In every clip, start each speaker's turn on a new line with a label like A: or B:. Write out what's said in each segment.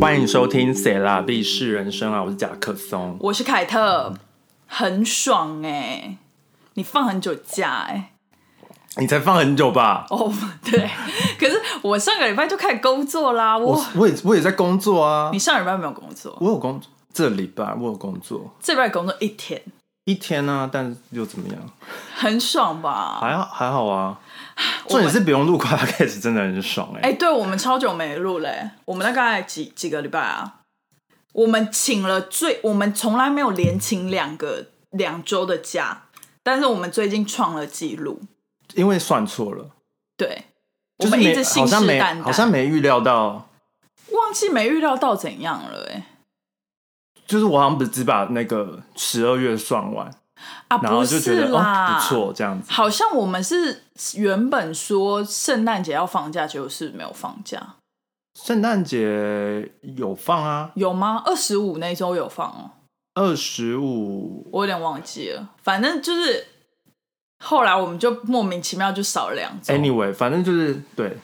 A: 欢迎收听《塞拉必是人生》啊，我是贾克松。
B: 我是凯特，很爽哎、你放很久假哎、
A: 你才放很久吧？
B: 哦， 对，可是我上个礼拜就开始工作啦，
A: 我
B: 我
A: 我也我也在工作啊
B: 你，上礼拜没有工作，
A: 我有工作，这礼拜我有工作
B: 这礼拜工作一天，
A: 一天啊，但又怎么样？
B: 很爽吧？
A: 还好还好啊。重点是不用录 podcast 真的很爽哎、
B: 哎、对我们超久没录嘞、我们大概几几个礼拜啊？我们请了最，我们从来没有连请两个两周的假，但是我们最近创了记录，
A: 因为算错了，
B: 对，
A: 就
B: 我
A: 是
B: 们一
A: 没
B: 直信
A: 好
B: 誓
A: 像没
B: 旦旦，
A: 好像没预料到，
B: 忘记没预料到怎样了哎、
A: 就是我好像不只把那个十二月算完，
B: 啊，
A: 然后
B: 不
A: 就是觉得哦
B: 啦，
A: 不错这样子。
B: 好像我们是原本说圣诞节要放假，结果是没有放假，
A: 圣诞节有放啊，
B: 有吗？二十五那周有放哦，
A: 二十五
B: 我有点忘记了。反正就是后来我们就莫名其妙就少了两周
A: Anyway，反正就是对，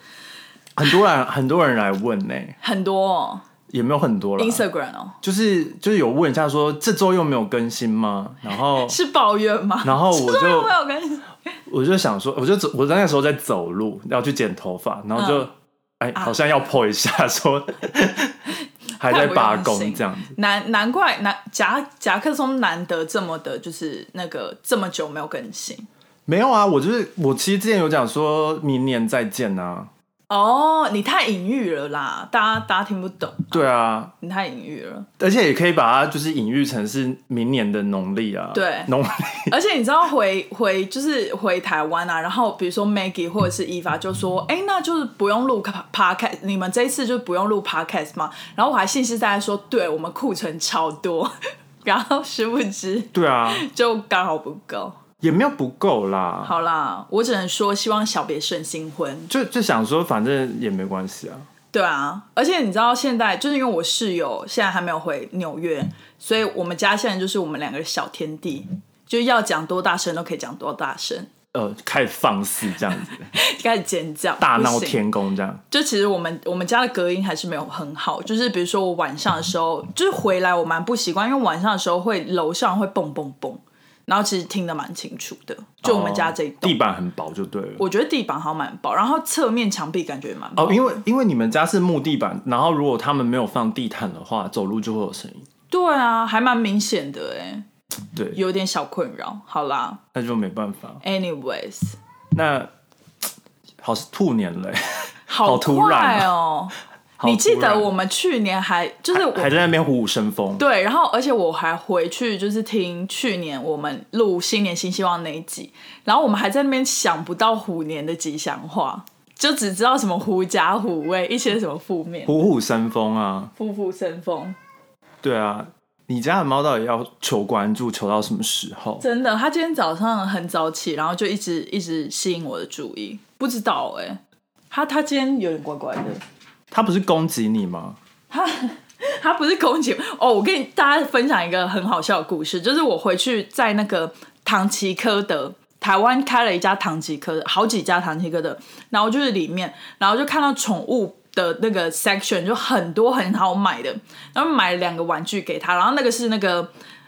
A: 很多人 很多人来问呢、
B: 很多、哦、
A: 也没有很多了，
B: Instagram 哦，
A: 就是就是有问一下说这周又没有更新吗？然 后
B: 是抱怨吗？
A: 然后我就
B: 这周没有跟
A: 我就想说，我就走，我在那时候在走路，要去剪头发，然后就
B: 嗯
A: 哎、好像要 po 一下说 还在罢
B: 太不用
A: 工
B: 心
A: 这样子，
B: 难难怪难夹夹克松难得这么的，就是那个这么久没有更新
A: 没有啊，我就是我其实之前有讲说明年再见啊，
B: 哦，你太隐喻了啦，大家大家听不懂，
A: 对啊，
B: 你太隐喻了。
A: 而且也可以把它就是隐喻成是明年的农历啊，
B: 对
A: 农历
B: 而且你知道回回就是回台湾啊，然后比如说 Maggie 或者是 Eva 就说，哎、那就是不用录 pa- podcast，你们这一次就不用录 podcast 嘛。然后我还信誓旦旦说，对我们库存超多， 然后殊不知
A: 对啊，
B: 就刚好不够。
A: 也没有不够啦，
B: 好啦，我只能说希望小别胜新婚。
A: 就就想说，反正也没关系啊。
B: 对啊，而且你知道现在就是因为我室友现在还没有回纽约，所以我们家现在就是我们两个小天地，就要讲多大声都可以讲多大声，
A: 呃，开始放肆这 样子，
B: 开始尖叫，
A: 大闹
B: 不行
A: 天宫这样。
B: 就其实我们我们家的隔音还是没有很好，就是比如说我晚上的时候，就是回来我蛮不习惯，因为晚上的时候会楼上会蹦蹦蹦，然后其实听得蛮清楚的，就我们家这一
A: 哦地
B: 栋，
A: 板很薄就对了。
B: 我觉得地板好像蛮薄，然后侧面墙壁感觉也蛮薄，
A: 哦，因为因为你们家是木地板，然后如果他们没有放地毯的话，走路就会有声音。
B: 对啊，还蛮明显的哎，
A: 对，
B: 有点小困扰。好啦
A: 那就没办法。
B: ，anyways，
A: 那好是兔年嘞、好
B: 好
A: 突然啊
B: 快哦！
A: 好
B: 你记
A: 突
B: 得
A: 然
B: 我们去年还就是我
A: 还在那边虎虎生风。
B: 对，然后而且我还回去就是听去年我们录新年新希望那一集，然后我们还在那边想不到虎年的吉祥话，就只知道什么狐假虎威，一些什么负面，
A: 虎虎生风啊，
B: 虎虎生风。
A: 对啊。你家的猫到底要求关注，求到什么时候？
B: 真的，他今天早上很早起，然后就一直一直吸引我的注意，不知道哎、他他今天有点怪怪的，
A: 它不是攻击你吗？
B: 他不是攻击我哦。我跟大家分享一个很好笑的故事，就是我回去在那个唐吉诃德台湾开了一家唐吉诃德，好几家唐吉诃德，然后就是里面，然后就看到宠物的那个 section 就很多很好买的，然后买了两个玩具给他，然后那个是那个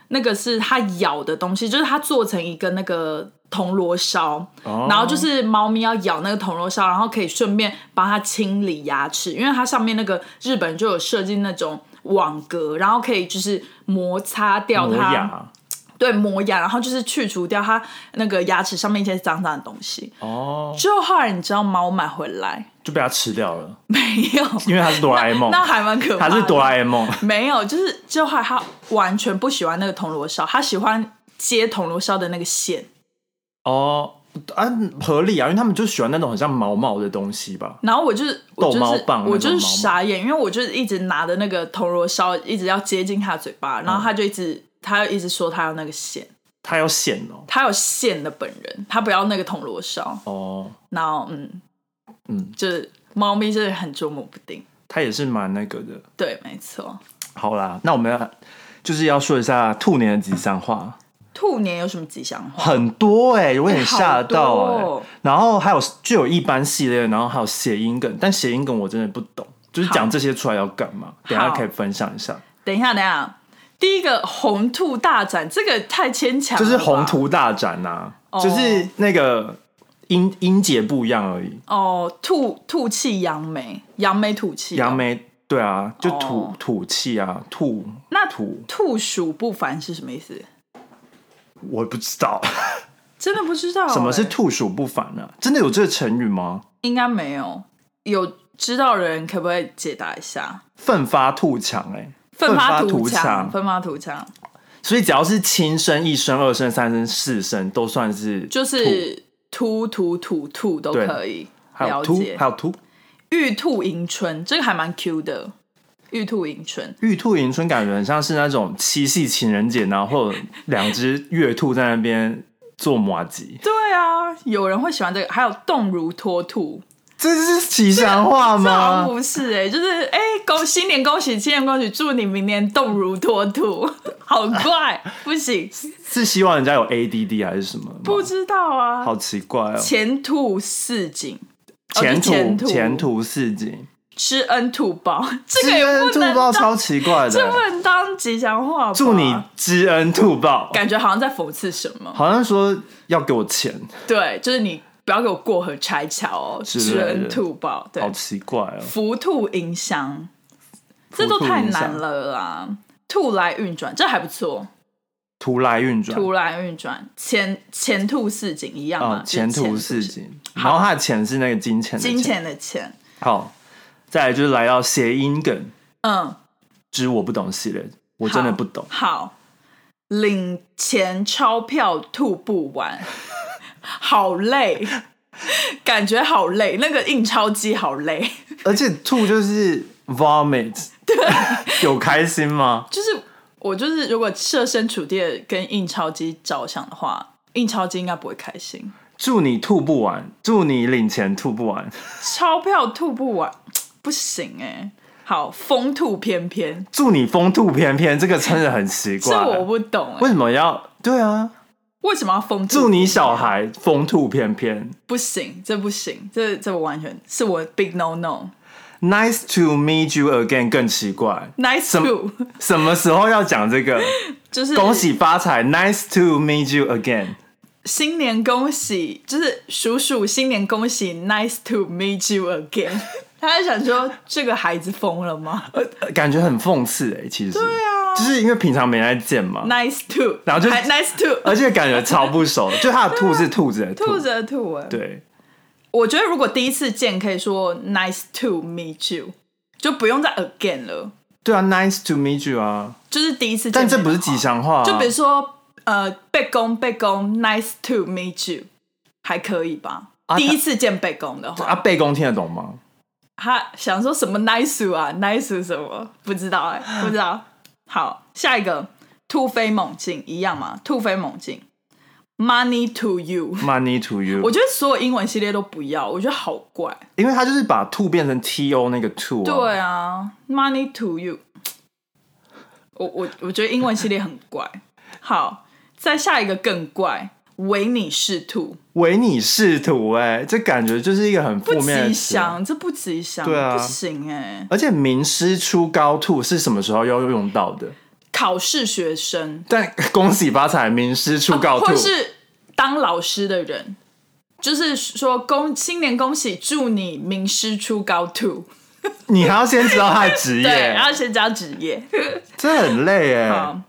B: 那个是他咬的东西，就是他做成一个那个铜锣烧，
A: 哦
B: 然后就是猫咪要咬那个铜锣烧，然后可以顺便帮它清理牙齿，因为它上面那个日本就有设计那种网格，然后可以就是摩擦掉
A: 磨
B: 它，
A: 牙
B: 对磨牙，然后就是去除掉它那个牙齿上面一些脏脏的东西。
A: 哦，
B: 就后来你知道猫买回来
A: 就被它吃掉了，
B: 没有？
A: 因为它是哆啦 A 梦。
B: 那还蛮可怕
A: 他
B: 的。
A: 是哆啦 A 梦，
B: 没有，就是就后来他完全不喜欢那个铜锣烧，他喜欢接铜锣烧的那个线。
A: 哦啊，合理啊，因为他们就喜欢那种很像毛毛的东西吧。
B: 然后我就是我就是
A: 逗猫棒
B: 我就
A: 那
B: 是
A: 种猫棒
B: 傻眼，因为我就是一直拿着那个铜锣烧，一直要接近他嘴巴，
A: 嗯
B: 然后他就一直、他就一直说他要那个线，
A: 它要线哦，
B: 他有线的本人，他不要那个铜锣烧。
A: 哦，
B: 然后嗯
A: 嗯，
B: 就是猫咪就是很捉摸不定，
A: 它也是蛮那个的。
B: 对，没错。
A: 好啦，那我们要就是要说一下兔年的吉祥话，
B: 兔年有什么吉祥 话？
A: 很多哎、有点吓到
B: 哎
A: 哎、
B: 好多哦
A: 然后还有就有一般系列，然后还有谐音梗，但谐音梗我真的不懂，就是讲这些出来要干嘛？等一下可以分享一下，
B: 等一下，等一下，第一个红兔大展，这个太牵强
A: 就
B: 了吧，
A: 是宏图大展呐、
B: 哦
A: 就是那个音音节不一样而已。
B: 哦，吐吐气扬眉，扬眉吐气哦，
A: 杨梅对啊，就土、
B: 哦
A: 土气啊，吐
B: 那
A: 吐，
B: 兔鼠不凡是什么意思？
A: 我不知道
B: 真的不知道、
A: 什么是
B: 欸
A: 吐鼠不凡呢、真的有这个成语吗？
B: 应该没有，有知道的人可不可以解答一下？
A: 奋发图强哎、
B: 奋发
A: 发
B: 图
A: 图强
B: 奋发图强
A: 所以只要是轻声、一声、二声、三声、四声，都算是
B: 就是突突突突都
A: 对
B: 可以
A: 还
B: 了
A: 有突，
B: 解
A: 还。有突。
B: 玉兔迎春，这个还蛮 Q 的。玉兔迎春，
A: 玉兔迎春感觉很像是那种七夕情人节，然后两只月兔在那边做马吉，
B: 对啊，有人会喜欢这个。还有动如脱兔，
A: 这是吉祥话
B: 这好像
A: 吗？
B: 不是哎、就是哎，恭、新年恭喜，新年恭喜，祝你明年动如脱 兔，好怪，不行，
A: 是希望人家有 ADD 还是什么吗？
B: 不知道啊。
A: 好奇怪哦。
B: 前兔似锦，哦
A: 前
B: 是前
A: 途
B: 途
A: 前途似锦，
B: 知恩图报，这个
A: 知
B: 也
A: 恩
B: 不
A: 兔
B: 能
A: 报
B: 当，
A: 超奇怪
B: 这不
A: 的，
B: 能当吉祥话吧。
A: 祝你知恩兔报，
B: 感觉好像在讽刺什么？
A: 好像说要给我钱，
B: 对，就是你不要给我过河拆桥哦，
A: 之类
B: 知
A: 的
B: 恩图报。对
A: 好，奇怪哦。
B: 福兔迎祥，这都
A: 福兔
B: 太
A: 迎
B: 难
A: 祥
B: 了啦。兔来运转，这还不错。
A: 图来运转，
B: 兔来运转，前前兔似锦一样嘛
A: 哦，，前
B: 就是
A: 途似锦，然后它的钱是那个金钱的
B: 金钱的钱，
A: 好，再来就是来到谐音梗，
B: 嗯，
A: 之我不懂系列，我真的不懂。
B: 好，领钱钞票吐不完， 好累，感觉好累，那个印钞机好累，
A: 而且吐就是 vomit，对，有开心吗？
B: 就是我就是如果设身处地的跟印钞机着想的话，印钞机应该不会开心，
A: 祝你吐不完，祝你领钱吐不完，
B: 钞票吐不完不行哎、好，风兔翩翩，
A: 祝你风度翩翩，这个真的很奇
B: 这
A: 怪。
B: 我不懂哎、
A: 为什么要？对啊，
B: 为什么要风兔？
A: 祝你小孩风度翩翩。
B: 不行，这不行，这这我完全是我 big no no。
A: Nice to meet you again，更奇怪。
B: Nice
A: 什么
B: to，
A: 什么时候要讲这 个？
B: 就是
A: 恭喜发财，Nice to meet you again。
B: 新年恭喜，就是鼠鼠新年恭喜，Nice to meet you again。他在 想说，这个孩子疯了吗
A: 呃感觉很讽刺哎、其实对啊，就是因为平常没在见嘛，
B: ？Nice to，
A: 然后就呃
B: 还 Nice to，
A: 而且感觉超不 熟，就他的兔是兔子的兔，
B: 兔着兔哎。
A: 对，
B: 我觉得如果第一次见，可以说 Nice to meet you，就不用再 again 了，
A: 对啊，Nice to meet you 啊，
B: 就是第一次见。
A: 但这不是吉，祥话、啊，
B: 就比如说呃，贝公贝公，Nice to meet you，还可以吧？
A: 啊
B: 第一次见贝公的话，
A: 啊，贝公听得懂吗？
B: 他想说什么 nice 啊，nice 什么不知道哎、不知道。好，下一个突飞猛进一样嘛，突飞猛进，money to you。
A: Money to you，
B: 我觉得所有英文系列都不要，我觉得好怪。
A: 因为他就是把兔变成 T O 那个兔、啊，
B: 对啊，money to you 我。我我觉得英文系列很怪。好，再下一个更怪，唯你是兔，
A: 唯你是图哎、这感觉就是一个很负
B: 不
A: 面
B: 吉
A: 的词。啊
B: 祥，这不吉祥，
A: 对啊
B: 不行哎、
A: 而且名师出高徒是什么时候要用到的？
B: 考试学生，
A: 但恭喜发财，名师出高徒，
B: 啊哦或是当老师的人，就是说恭新年恭喜，祝你名师出高徒。
A: 你还要先知道他的职
B: 对，
A: 业
B: 然，后先加职业。
A: 这很累哎、
B: 好，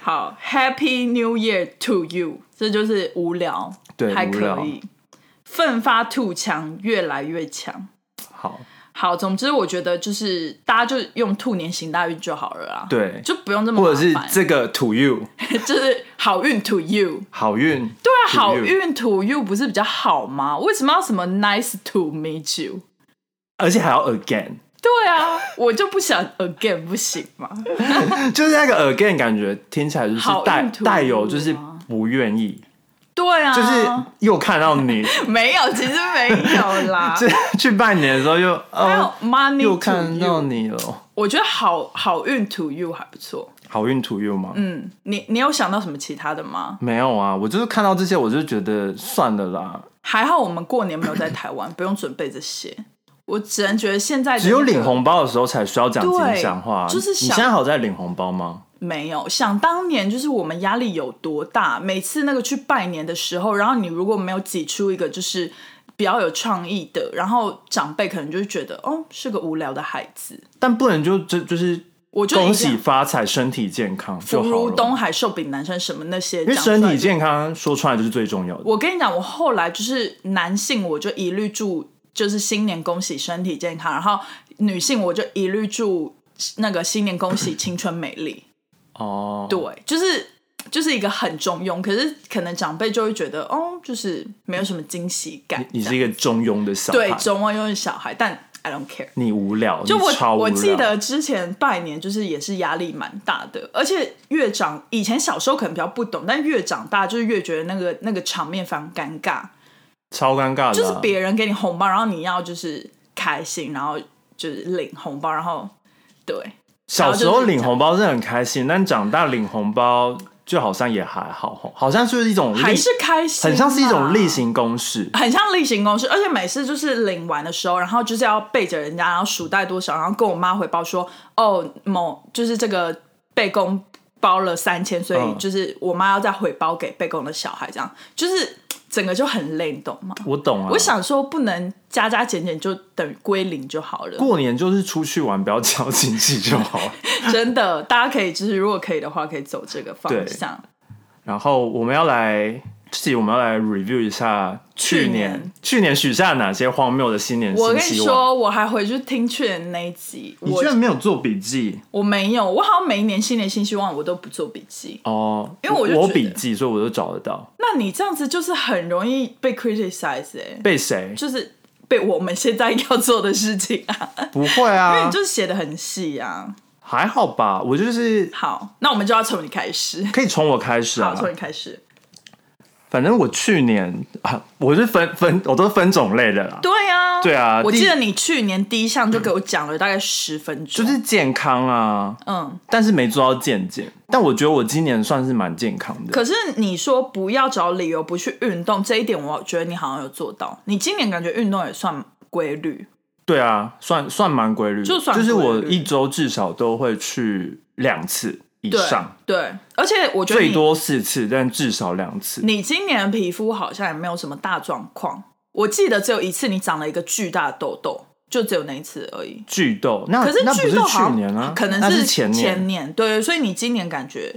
B: 好，Happy New Year to you，这就是无聊，
A: 对
B: 还
A: 无
B: 可
A: 聊
B: 以。奋发图强，越来越强。
A: 好，
B: 好，总之我觉得就是大家就用兔年行大运就好了啦，，
A: 对，
B: 就不用这么
A: 或者是
B: 麻烦，
A: 这个 to you
B: 就是好运 to you。
A: 好运，
B: 对啊，
A: To
B: 好
A: you
B: 运 to you 不是比较好吗？为什么要什么 nice to meet you？
A: 而且还要 again，
B: 对 啊，我就不想 again 不行吗？
A: 就是那个 again 感觉听起来就是
B: 好
A: 带
B: 运 to you
A: 带有就是
B: 啊
A: 不愿意，
B: 对啊，
A: 就是又看到你，
B: 没有，其实没有啦。
A: 这去拜年的时候又
B: 还
A: 哦
B: 有 money
A: 又
B: to
A: 看
B: you，
A: 到你了，
B: 我觉得好好运 to you 还不错。
A: 好运 to you 吗？
B: 嗯，你你有想到什么其他的吗？
A: 没有啊，我就是看到这些，我就觉得算了啦。
B: 还好我们过年没有在台湾，不用准备这些。我只能觉得现在的
A: 只有
B: 那个
A: 领红包的时候才需要讲吉祥话。
B: 对就是
A: 你
B: 想
A: 现在好在领红包吗？
B: 没有，想当年就是我们压力有多大，每次那个去拜年的时候，然后你如果没有挤出一个就是比较有创意的，然后长辈可能就会觉得哦是个无聊的孩子，
A: 但不能就就就是
B: 我就一
A: 恭
B: 定
A: 喜发财、身体健康
B: 福
A: 就好
B: 如东
A: 了。
B: 海寿比南山什么那些，
A: 因为身体
B: 康。
A: 健康说出来就是最重要的。
B: 我跟你讲，我后来就是男性，我就一律祝就是新年恭喜身体健康，然后女性我就一律祝那个新年恭喜青春美丽。
A: 哦，
B: 对，就是就是一个很中庸，可是可能长辈就会觉得哦，就是没有什么惊喜感。
A: 你
B: 这
A: 是
B: 样
A: 一个中庸的小孩，
B: 对中庸庸的小孩，但 I don't care。
A: 你无聊，
B: 就
A: 你超
B: 我
A: 无聊
B: 我记得之前拜年就是也是压力蛮大的，而且越长以前小时候可能比较不懂，但越长大就是越觉得那个那个场面非常尴尬。
A: 超尴尬的啊、
B: 就是别人给你红包，然后你要就是开心，然后就是领红包，然后对
A: 小时候
B: 然后就是
A: 领红包是很开心，但长大领红包就好像也还好，好像就是一种例
B: 还是开心啊，
A: 很像是一种例行公事。
B: 很像例行公事，而且每次就是领完的时候，然后就是要背着人家，然后数袋多少，然后跟我妈回报说，哦，某就是这个被公包了三千，所以
A: 嗯
B: 就是我妈要再回包给被公的小孩，这样就是整个就很累，你懂吗？
A: 我懂啊，
B: 我想说，不能加加减减就等于归零就好了。
A: 过年就是出去玩，不要交亲戚就好。
B: 真的，大家可以就是如果可以的话，可以走这个方向。
A: 然后我们要来，这集我们要来 review 一下去
B: 去
A: 年
B: 年
A: 去年许下哪些荒谬的新年
B: 我
A: 新
B: 跟你
A: 希望。
B: 说，我还回去听去年那一集，
A: 你
B: 我
A: 居然没有做笔记
B: 我没有，我好像每一年新年新希望我都不做笔记。
A: 哦，
B: 因为我就
A: 我
B: 觉得
A: 笔记，所以我就找得到。
B: 那你这样子就是很容易被 criticize 哎、
A: 被谁？
B: 就是被我们现在要做的事情啊，
A: 不会
B: 因为
A: 啊
B: 你，就是写的很细啊。
A: 还好吧。我就是
B: 好，那我们就要从你开始，
A: 可以从我开始
B: 好，
A: 啊。
B: 从你开始。
A: 反正我去年啊，我是分分，我都是分种类的啦，
B: 对啊，
A: 对啊
B: 我
A: 第
B: 记得你去年第一项就给我讲了大概十分
A: 就
B: 钟，
A: 是健康啊，
B: 嗯，
A: 但是没做到健健。但我觉得我今年算是蛮健康的。
B: 可是你说不要找理由不去运动这一点，我觉得你好像有做到。你今年感觉运动也算规律，
A: 对啊，算算蛮规律的，
B: 就算
A: 是我
B: 规律
A: 一周至少都会去两次以
B: 对
A: 上，
B: 对，而且我觉得
A: 最
B: 你
A: 多四次，但至少两次。
B: 你今年的皮肤好像也没有什么大状况。我记得只有一次你长了一个巨大的痘痘，就只有那一次而已。
A: 巨痘，那
B: 可是
A: 啊那不
B: 巨
A: 是
B: 痘好
A: 去
B: 像
A: 年啊，
B: 可能
A: 那是
B: 前
A: 年。
B: 年对，所以你今年感觉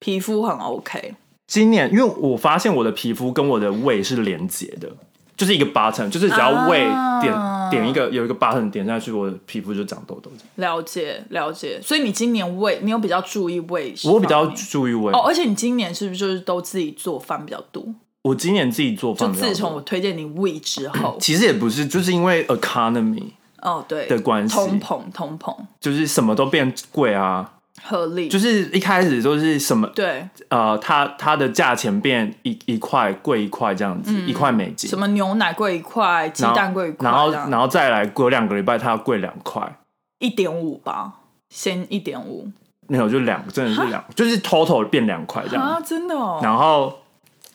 B: 皮肤很 OK。
A: 今年因为我发现我的皮肤跟我的胃是连结的，就是一个 button，就是只要胃
B: 啊
A: 点、点一个有一个 button 点下去，我的皮肤就长痘痘。
B: 了解了解，所以你今年胃，你有比较注意胃食方面？
A: 我比较注意胃，
B: 哦，而且你今年是不是就是都自己做饭比较多？
A: 我今年自己做
B: 就
A: 饭比较多，，
B: 自从我推荐你 We 之后
A: 其实也不是，就是因为 economy
B: 哦对
A: 嗯的关系
B: 通膨通膨
A: 就是什么都变贵啊，
B: 合理，
A: 就是一开始都是什么
B: 对
A: 呃，它它的价钱变一一块贵一块这样子，一块美金
B: 嗯什，么牛奶贵一块，鸡
A: 然后
B: 蛋贵一块
A: 然后
B: 这样，
A: 然后再来过两个礼拜它要贵两块，
B: 一点五吧，先一点五
A: 没有就两，真的是两，就是 total 变两块这样
B: 啊，真的哦，
A: 然后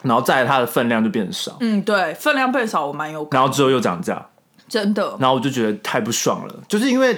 A: 然后再来它的分量就变少，
B: 嗯对，分量变少我蛮有感，
A: 然后之后又涨价，
B: 真的
A: 然后我就觉得太不爽了，就是因为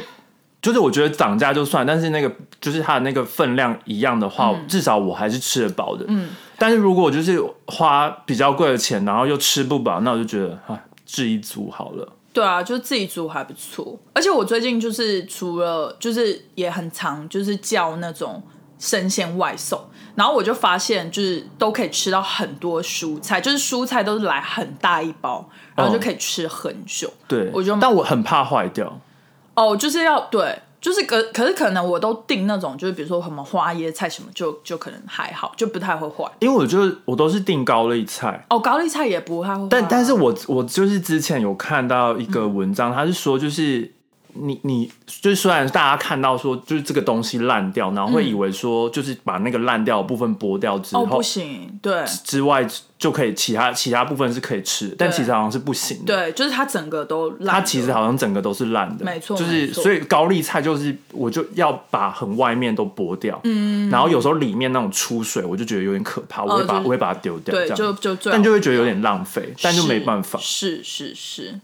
A: 就是我觉得涨价就算，但是那个就是它的那个分量一样的话，
B: 嗯
A: 至少我还是吃得饱的。嗯，但是如果我就是花比较贵的钱，然后又吃不饱，那我就觉得啊，置一足好了。
B: 对啊，就是自己煮还不错，而且我最近就是除了就是也很常就是叫那种生鲜外送，然后我就发现就是都可以吃到很多蔬菜，就是蔬菜都是来很大一包，然后就可以吃很久。
A: 对，
B: 我就
A: 但我很怕坏掉。
B: 哦，就是要对，就是可可是可能我都订那种，就是比如说什么花椰菜什么，就就可能还好，就不太会坏。
A: 因为我就我都是订高丽菜，
B: 哦，高丽菜也不太会坏啊，嗯
A: 但但是我我就是之前有看到一个文章，他是说就是你你就是虽然大家看到说就是这个东西烂掉，然后会以为说就是把那个烂掉的部分剥掉之
B: 嗯哦
A: 后
B: 不行，对
A: 之外就可以其他其他部分是可以吃的，但其实好像是不行的。
B: 对，就是它整个都烂了，
A: 它其实好像整个都是烂的，
B: 没错
A: 就是
B: 没错
A: 所以高丽菜就是我就要把很外面都剥掉，嗯，然后有时候里面那种出水，我就觉得有点可怕，我会把、
B: 就是
A: 我会把它丢掉，
B: 哦对
A: 这样
B: 就就最好
A: 但就会觉得有点浪费，但就没办法，
B: 是是是，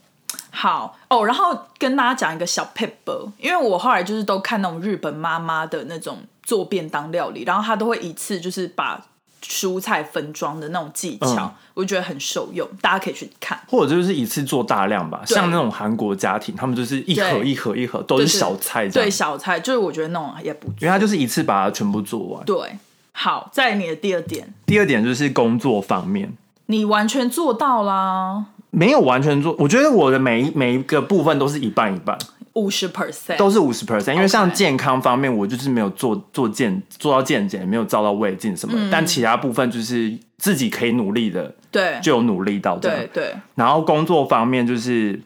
B: 好哦，然后跟大家讲一个小 paper，因为我后来就是都看那种日本妈妈的那种做便当料理，然后她都会一次就是把蔬菜分装的那种技巧，
A: 嗯
B: 我觉得很受用，大家可以去看。
A: 或者就是一次做大量吧，
B: 对
A: 像那种韩国家庭，他们就是一盒
B: 对
A: 一盒一盒都是小菜这
B: 对
A: 样，
B: 小菜，就是我觉得那种也不
A: 因为他就是一次把它全部做完。
B: 对。好，在你的第二点，
A: 第二点就是工作方面，
B: 你完全做到啦，
A: 没有完全做，我觉得我的每一每一个部分都是一半一半，
B: 五十 percent
A: 都是五十 percent。因为
B: OK
A: 像健康方面，我就是没有做做健做到健检，没有照到胃镜什么的，
B: 嗯
A: 但其他部分就是自己可以努力的，
B: 对
A: 就有努力到这样
B: 对。对
A: 然后工作方面就是。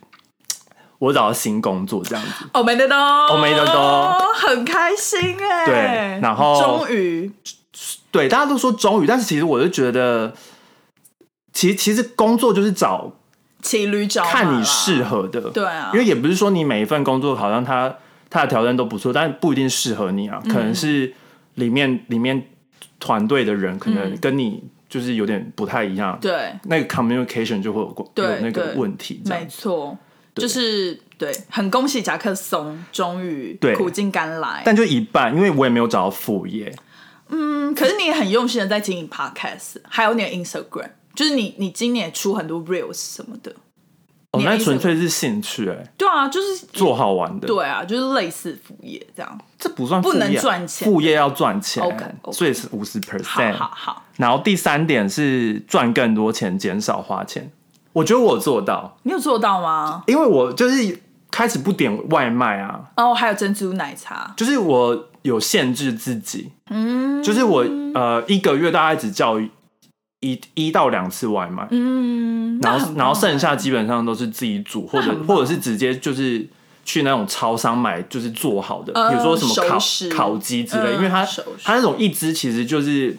A: 我找到新工作这样子，
B: 哦，没得的哦，
A: 哦没得的哦
B: 很开心哎、
A: 对然后
B: 终于
A: 对，大家都说终于，但是其实我就觉得，其实其实工作就是找
B: 骑驴找马
A: 看你
B: 哦啦
A: 适合的，
B: 对啊，
A: 因为也不是说你每一份工作好像它它的条件都不错，但不一定适合你啊，
B: 嗯
A: 可能是里面里面团队的人可能跟你就是有点不太一样，
B: 嗯对，
A: 那个 communication 就会有过
B: 对
A: 有那个
B: 对
A: 问题这
B: 没
A: 样。
B: 错，就是对，很恭喜夹克松终于
A: 对
B: 苦尽甘来。
A: 但就一半，因为我也没有找到副业，
B: 嗯，可是你也很用心的在经营 podcast，还有你的 Instagram，就是你你今年也出很多 reels 什么的。
A: 哦
B: 你，的
A: 那
B: 意思
A: 纯粹是兴趣、哎，
B: 对啊，就是
A: 做好玩的，，
B: 对啊，就是类似副业这样。
A: 这不算副业啊
B: 不能赚钱
A: 副业要赚钱
B: OK，OK
A: 所以是五十 percent，
B: 好好好，
A: 然后第三点是赚更多钱，减少花钱。我觉得我有做到，
B: 你有做到吗？
A: 因为我就是开始不点外卖啊，
B: 哦，还有珍珠奶茶，
A: 就是我有限制自己，嗯，就是我呃一个月大概只叫一一到两次外卖，
B: 嗯，
A: 然
B: 那
A: 后
B: 很
A: 然后
B: 棒
A: 剩下基本上都是自己煮，或者
B: 很
A: 或者是直接就是去那种超商买，就是做好的，
B: 呃
A: 比如说什么
B: 熟
A: 烤
B: 食
A: 烤鸡之类，
B: 嗯
A: 因为它
B: 熟食
A: 它那种一只其实就是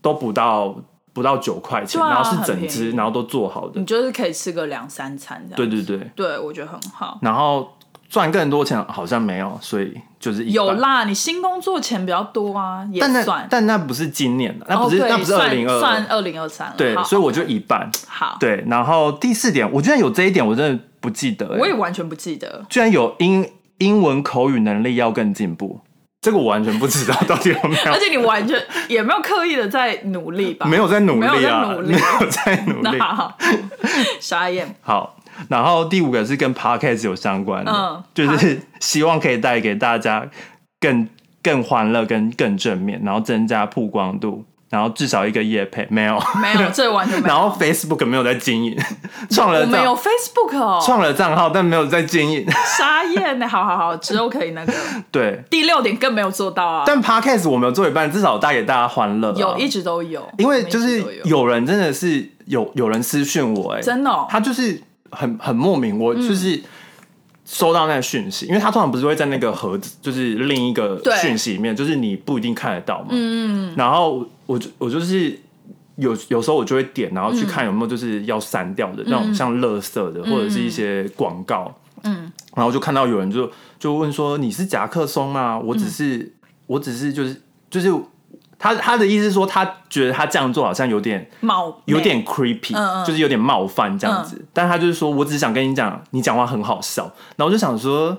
A: 都不到不到九块钱，
B: 对啊
A: 然后是整
B: 很
A: 只，
B: 便宜嗯
A: 然后都做好的
B: 你，就是可以吃个两三餐这样。
A: 对对对，
B: 对，我觉得很好。
A: 然后赚更多钱好像没有，所以就是一半
B: 有。啦，你新工作钱比较多啊，也
A: 但那
B: 算。
A: 但那不是今年的，那不
B: 哦
A: 是、
B: 对
A: 那不是二
B: 算
A: 零二
B: 算，二零二三了。
A: 对
B: 好，
A: 所以我就一半。
B: 好，
A: 对，然后第四点，我居然有这一点，我真的不记得、欸
B: 我也完全不记得。
A: 居然有英英文口语能力要更进步，这个我完全不知道到底有没
B: 而
A: 有，
B: 且你完全也没有刻意的在努力吧？
A: 没有在努力啊，
B: 没有在努力
A: 没有在努力。
B: 那 傻眼。
A: 好，然后第五个是跟 podcast 有相关的，
B: 嗯
A: 就是希望可以带给大家更更欢乐、跟更正面，然后增加曝光度，然后至少一个夜配没有，
B: 没 有，这完全没有。
A: 然后 Facebook 没有在经营，创
B: 我
A: 了
B: 们有
A: 账
B: Facebook 哦，
A: 创了账号，但没有在经营，
B: 傻眼呢。欸好好好，之后可以那个。
A: 对。
B: 第六点更没有做到啊，
A: 但 podcast 我们有做一半，至少带给大家欢乐啊、
B: 有一直都有，
A: 因为
B: 我们一
A: 就
B: 直
A: 是
B: 都有
A: 有人真的是有有人私讯我、哎，
B: 真的哦
A: 他就是很很莫名，我就是收到那个讯息，因为他通常不是会在那个盒子，就是另一个
B: 对
A: 讯息里面，就是你不一定看得到嘛，嗯，然后我就我就是。有有时候我就会点，然后去看有没有就是要删掉的、那种像垃圾的，或者是一些广告，嗯，然后就看到有人就就问说你是夹克松吗？我只是、我只是就是就是他他的意思是说，他觉得他这样做好像有点
B: 冒
A: 有点 creepy，、
B: 嗯嗯嗯
A: 就是有点冒犯这样子。但他就是说我只是想跟你讲，你讲话很好笑。然后我就想说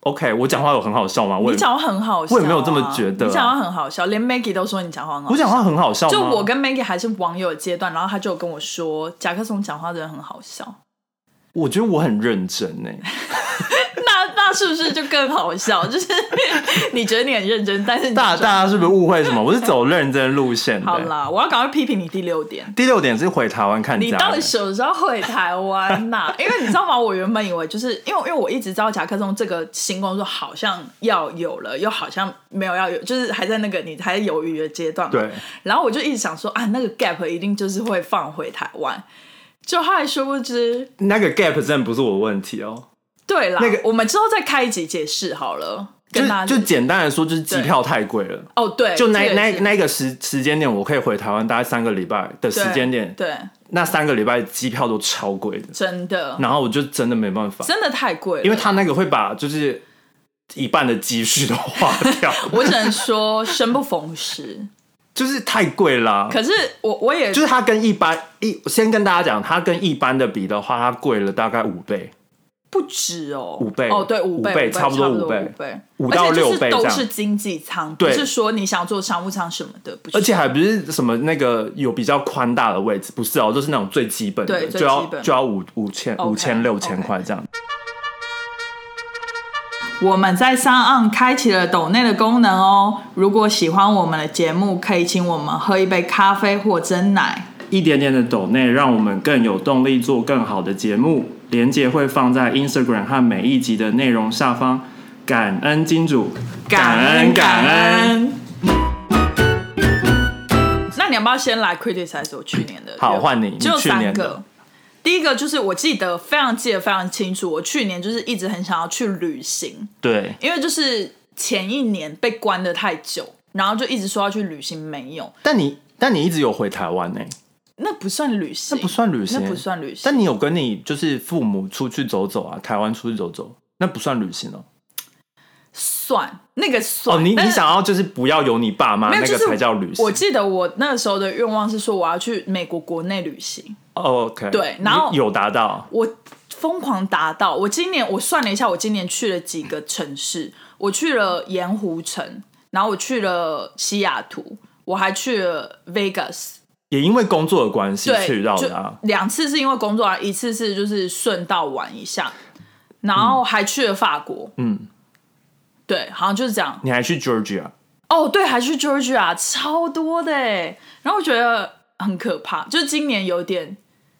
A: ，OK，我讲话有很好笑吗？我
B: 你
A: 也
B: 讲话很好笑啊、
A: 我也没有这么觉得啊
B: 你讲话很好笑，连 Maggie 都说你讲话很好
A: 我
B: 笑。
A: 讲话很好笑吗？
B: 就我跟 Maggie 还是网友的阶段，然后他就有跟我说，甲克松讲话真的很好笑。
A: 我觉得我很认真欸呢、
B: 那那是不是就更好笑？就是你觉得你很认真，但是你
A: 大
B: 说
A: 大家是不是误会什么？我是走认真路线的。
B: 好啦，我要赶快批评你第六点。
A: 第六点是回台湾看家人。
B: 你到底什么时候回台湾呐、 因为你知道吗？我原本以为就是因为因为我一直知道夹克松这个新工作好像要有了，又好像没有要有，就是还在那个你还在犹豫的阶段嘛。
A: 对
B: 然后我就一直想说啊，那个 gap 一定就是会放回台湾。就后来殊不知，
A: 那个 gap 真的不是我的问题哦、
B: 对啦，
A: 那个
B: 我们之后再开一集解释好了，
A: 就
B: 跟大家
A: 就简单的说，就是机票太贵了。
B: 哦对，
A: 就那
B: 这个也
A: 那
B: 是
A: 那个时时间点，我可以回台湾大概三个礼拜的时
B: 对
A: 间点，
B: 对，
A: 那三个礼拜机票都超贵的，
B: 真的
A: 然后我就真的没办法，
B: 真的太贵了，
A: 因为他那个会把就是一半的积蓄都花掉，
B: 我只能说生不逢时。
A: 就是太贵啦。
B: 可是我我也
A: 就是它跟一般一先跟大家讲，它跟一般的比的话，它贵了大概五倍，
B: 不止哦，
A: 五倍
B: 哦，对，五
A: 五
B: 倍，
A: 倍
B: 差
A: 差
B: 不
A: 不多
B: 五
A: 五倍
B: 倍，
A: 五到
B: 而且就是
A: 六倍
B: 都
A: 这样
B: 是经济舱，不
A: 对
B: 是说你想坐商务舱什么的，不是
A: 而且还不是什么那个有比较宽大的位置，不是哦，就是那种最基本的，
B: 对最
A: 就要
B: 基本
A: 就要五五千
B: OK，
A: 五千六千
B: OK
A: 块这样。
B: 我们在上岸开启了抖内的功能哦。如果喜欢我们的节目，可以请我们喝一杯咖啡或蒸奶。
A: 一点点的抖内，让我们更有动力做更好的节目。连接会放在 Instagram 和每一集的内容下方。感恩金主，感恩。。
B: 那你要不要先来 criticize 我去年的？
A: 好换你你
B: 就
A: 去
B: 三
A: 年
B: 个
A: 的。
B: 第一个就是我记得非常记得非常清楚，我去年就是一直很想要去旅行，
A: 对，
B: 因为就是前一年被关的太久，然后就一直说要去旅行，没有，
A: 但你但你一直有回台湾呢、
B: 那不算旅行，
A: 那不算旅行，
B: 那不算旅行。
A: 但你有跟你就是父母出去走走啊，台湾出去走走，那不算旅行哦。
B: 算那个算
A: 哦，你
B: 但
A: 你
B: 是
A: 想要就是不要有你爸妈
B: 没有
A: 那个
B: 就是
A: 才叫旅行。
B: 我记得我那时候的愿望是说我要去美国国内旅行，
A: 哦 OK，
B: 对然后
A: 你有达到，
B: 我疯狂达到。我今年我算了一下，我今年去了几个城市，我去了盐湖城，然后我去了西雅图，我还去了 Vegas。
A: 也因为工作的关系
B: 对，
A: 去到
B: 就
A: 的啊。
B: 两次是因为工作啊，一次是就是顺道玩一下，然后还去了法国，
A: 嗯，
B: 对，好像就是这样。
A: 你还去 Georgia，
B: 哦，对，还去 Georgia，超多的欸。然后我觉得很可怕，就是今年有点，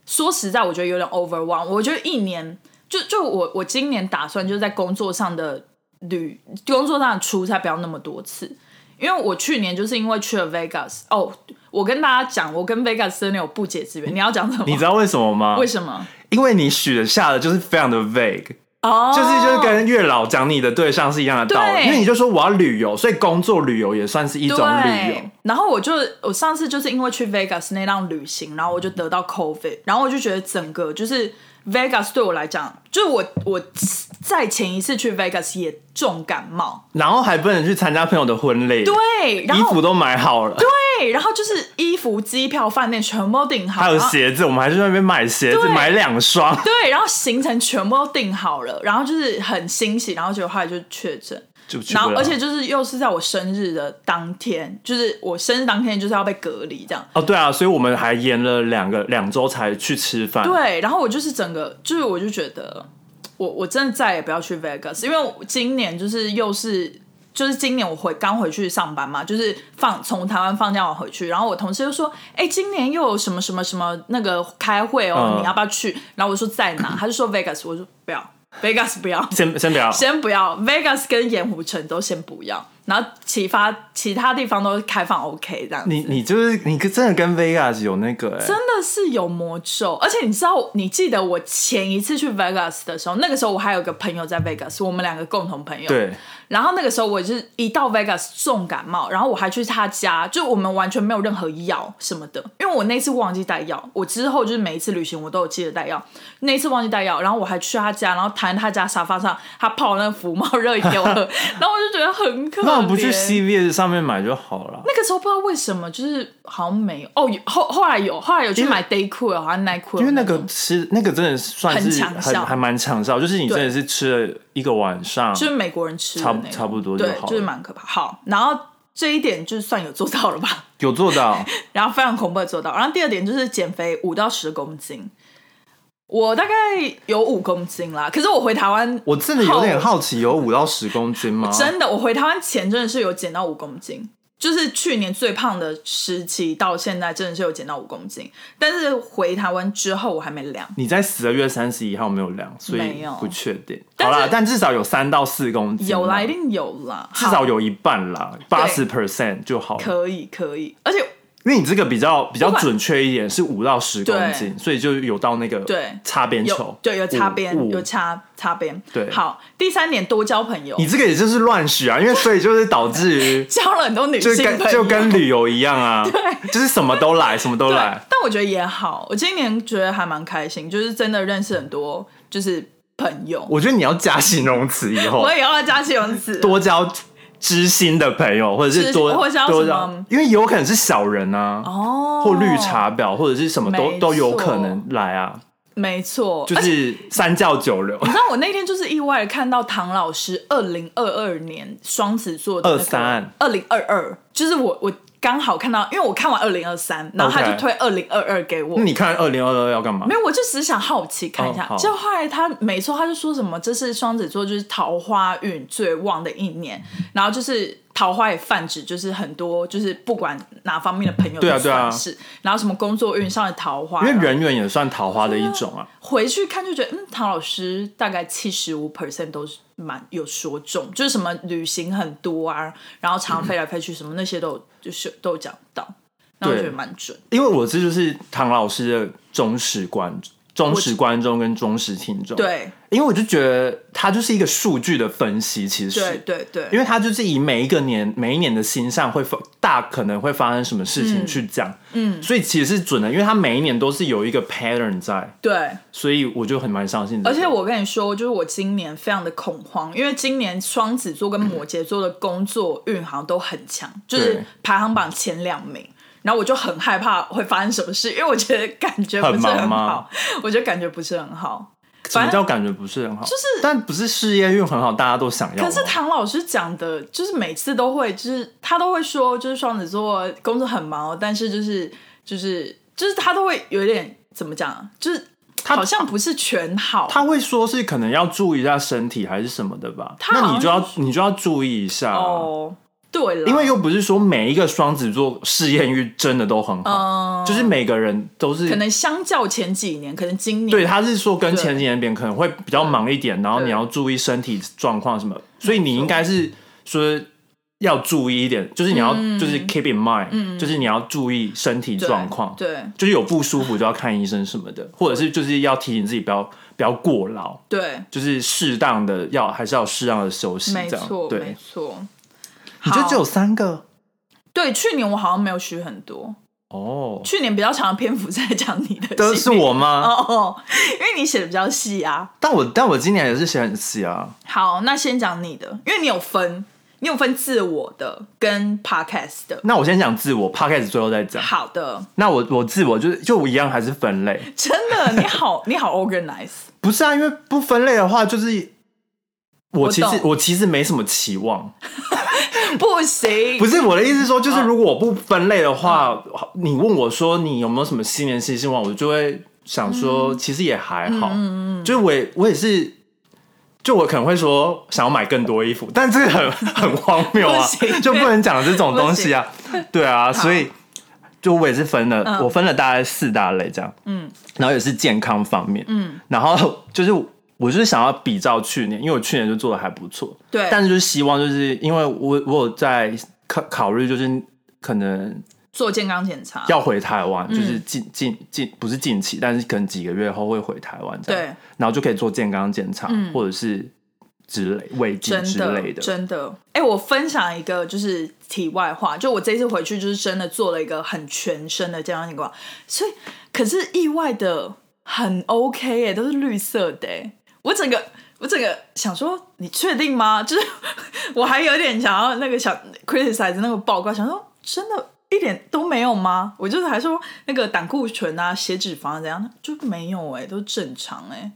B: 说实在，我觉得有点 overwhelm。我觉得一年，就就我我今年打算就是在工作上的旅，工作上的出差不要那么多次，因为我去年就是因为去了 Vegas。哦，我跟大家讲，我跟 Vegas 真的有不解之缘。你要讲什么？
A: 你知道为什么吗？
B: 为什么？
A: 因为你许的下的就是非常的 vague，、
B: 哦，
A: 就是就是跟月老讲你的对象是一样的道
B: 对
A: 理，因为你就说我要旅游，所以工作旅游也算是一种旅游
B: 对，。然后我就我上次就是因为去 Vegas 那趟旅行，然后我就得到 COVID，然后我就觉得整个就是 Vegas 对我来讲，就是我我在前一次去 Vegas 也重感冒，
A: 然后还不能去参加朋友的婚礼，
B: 对，然
A: 衣服
B: 后
A: 都买好了，
B: 对，然后就是衣服、机票、饭店全部都订好，
A: 还有
B: 然后
A: 鞋子，我们还去那边买鞋子，
B: 对
A: 买两 双。
B: 对，然后行程全部都订好了，然后就是很欣喜，然后结果后来就确诊。
A: 就去
B: 然后
A: 不，了
B: 而且就是又是在我生日的当天，就是我生日当天就是要被隔离这样，
A: 哦，对啊，所以我们还延了两个两周才去吃饭。，
B: 对，然后我就是整个，就是我就觉得，我我真的再也不要去 Vegas，因为我今年就是又是就是今年我回刚回去上班嘛，就是放从台湾放假完回去，然后我同事就说，哎、今年又有什么什么什么那个开会哦，
A: 嗯
B: 你要不要去？然后我说在哪？ 他就说 Vegas，我说不要，Vegas 不要。
A: 先先不要，
B: 先不要，Vegas 跟盐湖城都先不要，然后其他其他地方都开放 OK 这样子。
A: 你你就是你真的跟 Vegas 有那个、欸
B: 真，的是有魔咒，而且你知道，你记得我前一次去 Vegas 的时候，那个时候我还有个朋友在 Vegas，我们两个共同朋友。。
A: 对，
B: 然后那个时候我就是一到 Vegas 重感冒，然后我还去他家，就我们完全没有任何药什么的，因为我那次忘记带药，我之后就是每一次旅行我都有记得带药，那一次忘记带药，然后我还去他家，然后躺在他家沙发上，他泡那个福猫热饮 给我喝，然后我就觉得很可怜。
A: 那我不去 CVS 上面买就好了。
B: 那个时候不知道为什么，就是好像没有哦，有后后来有，后来有去买 Daycool，好啊像 Nike，
A: 因为那个吃那个真的算是
B: 很强效
A: 还还蛮强效，就是你真的是吃了一个晚上，
B: 就是美国人吃的
A: 差
B: 那
A: 不
B: 个
A: 差不多就
B: 对
A: 好，了
B: 就是蛮可怕。好，然后这一点就算有做到了吧，
A: 有做到。
B: 然后非常恐怖的做到。然后第二点就是减肥五到十公斤，我大概有五公斤啦，可是我回台湾，
A: 我啊真的有点好奇，有五到十公斤吗？
B: 真的我回台湾前真的是有减到五公斤。就是去年最胖的时期到现在，真的是有减到五公斤。但是回台湾之后，我还没量。
A: 你在十二月三十一号没有量，所
B: 没
A: 以
B: 有
A: 不确定。
B: 但
A: 好
B: 是
A: 啦，但至少有三到四公斤，
B: 有啦，一，定有啦，
A: 至少有一半啦，八十 percent 就好
B: 好
A: 了。
B: 可以可以，而且
A: 因为你这个比较比较
B: 不管
A: 准确一点，是五到十公斤，所以就有到那个
B: 对
A: 擦边
B: 有
A: 球，
B: 对有擦
A: 五
B: 边，
A: 五
B: 有擦擦边。
A: 对
B: 好，第三点多交朋友，
A: 你这个也就是乱许啊，因为所以就是导致于
B: 交了很多女
A: 就是
B: 性
A: 跟
B: 朋友，
A: 就跟旅游一样 啊，就是什么都来，什么都
B: 对，
A: 来。
B: 但我觉得也好，我今年觉得还蛮开心，就是真的认识很多就是朋友，
A: 我觉得你要加形容词以后
B: 我，也要加形容词，
A: 多交知心的朋友，或者
B: 知
A: 是多
B: 或者是要
A: 多
B: 什
A: 交
B: 么，
A: 因为有可能是小人啊，
B: 哦，
A: 或绿。茶婊，或者是什么
B: 没
A: 都都有
B: 错
A: 可能来啊。
B: 没错，
A: 就是三教九流。
B: 你知道我那天就是意外的看到唐老师二零二二年双子座的
A: 23
B: 二零二二，就是我我刚好看到，因为我看完二零二三，然后他
A: OK
B: 就推二零二二给我
A: 那你看二零二二要干嘛
B: 没？有，我就只是想好奇看一
A: 哦
B: 下。
A: 好
B: 就后来他没错，他就说什么这是双子座就是桃花运最旺的一年，然后就是桃花也泛指就是很多就是不管哪方面的朋友
A: 对啊
B: 都
A: 对啊
B: 算是，然后什么工作运上的桃花，
A: 因为
B: 然后
A: 人缘也算桃花的一种啊。
B: 回去看就觉得，嗯，唐老师大概七十五 percent 都是蛮有说中，就是什么旅行很多啊，然后常飞来飞去什么那些都有就是都有讲到，那我
A: 对
B: 觉得蛮准。
A: 因为我这就是唐老师的忠实观忠实观众跟忠实听众。，
B: 对
A: 因为我就觉得他就是一个数据的分析，其实
B: 对对对，
A: 因为它就是以每一个年每一年的星象会发大可能会发生什么事情去讲，嗯，所以其实是准的，因为它每一年都是有一个 pattern 在，
B: 对。
A: 所以我就很蛮相信这个。
B: 而且我跟你说，就是我今年非常的恐慌，因为今年双子座跟摩羯座的工作运好像都很强，就是排行榜前两名。然后我就很害怕会发生什么事，因为我觉得感觉不是
A: 很忙
B: 很
A: 吗
B: 好，我觉得感觉不是很好。
A: 什么
B: 反正
A: 叫感觉不是很好，就是但不是事业运很好，大家都想要吗。啊
B: 可是唐老师讲的，就是每次都会，就是他都会说，就是双子座工作很忙，但是就是就是就是他都会有一点怎么讲啊，就是
A: 他
B: 好像不是全好。
A: 他会说是可能要注意一下身体还是什么的吧？
B: 他好
A: 那
B: 像
A: 你就要你就要注意一下啊，
B: 哦，对了，
A: 因为又不是说每一个双子座事业运真的都很好，
B: 嗯，
A: 就是每个人都是
B: 可能相较前几年，可能今年
A: 对，他是说跟
B: 对
A: 前几年比可能会比较忙一点，然后你要注意身体状况什么，所以你应该是说要注意一点，就是你要
B: 嗯
A: 就是 keep in mind，、就是你要注意身体
B: 对
A: 状况，
B: 嗯对
A: 就是有不舒服就要看医生什么的，或者是就是要提醒自己不要不要过劳，
B: 对，
A: 就是适当的要还是要适当的休息，
B: 没
A: 这样
B: 错没
A: 对。
B: 错。
A: 你就
B: 好
A: 只有三个
B: 对，去年我好像没有许很多，
A: 哦，
B: 去年比较长的篇幅在讲你的
A: 都
B: 心
A: 是
B: 理
A: 我吗？
B: 哦哦，因为你写的比较细啊。
A: 但我但我今年也是写很细啊，
B: 好，那先讲你的，因为你有分，你有分自我的跟 podcast 的。
A: 那我先讲自我 p o d c a s 最后再讲。
B: 好的，
A: 那我我自我就是就我一样还是分类，
B: 真的，你好，你好 organize，
A: 不是啊，因为不分类的话，就是我
B: 我
A: 其实
B: 懂
A: 我其实没什么期望，
B: 不行，
A: 不是我的意思是说，
B: 嗯
A: 就是如果我不分类的话，你问我说你有没有什么新年新希望，我就会想说，
B: 嗯
A: 其实也还好，就是我也我也是。就我可能会说想要买更多衣服，但这个 很很荒谬啊
B: 不，行
A: 就不能讲这种东西啊，对啊，所以就我也是分了，我分了大概四大类这样，
B: 嗯
A: 然后也是健康方面，
B: 嗯，
A: 然后就是我就是想要比照去年，因为我去年就做的还不错，
B: 对，
A: 但是就是希望就是因为我我有在考考虑，就是可能
B: 做健康检查，
A: 要回台
B: 嗯
A: 湾，就是近近近不是近期，但是可能几个月后会回台湾这样，
B: 对，
A: 然后就可以做健康检查、
B: 嗯
A: 或者是之类胃镜
B: 真
A: 之
B: 的
A: 类的，
B: 真的。哎、我分享一个就是题外话，就我这次回去就是真的做了一个很全身的健康情况，所以可是意外的很 OK 哎、都是绿色的、欸，我整个。我整个想说，你确定吗？就是 我还有点想要那个想 criticize 那个报告，想说真的，一点都没有吗？我就是还说那个胆固醇啊、血脂肪啊怎样，就没有哎、都正常哎、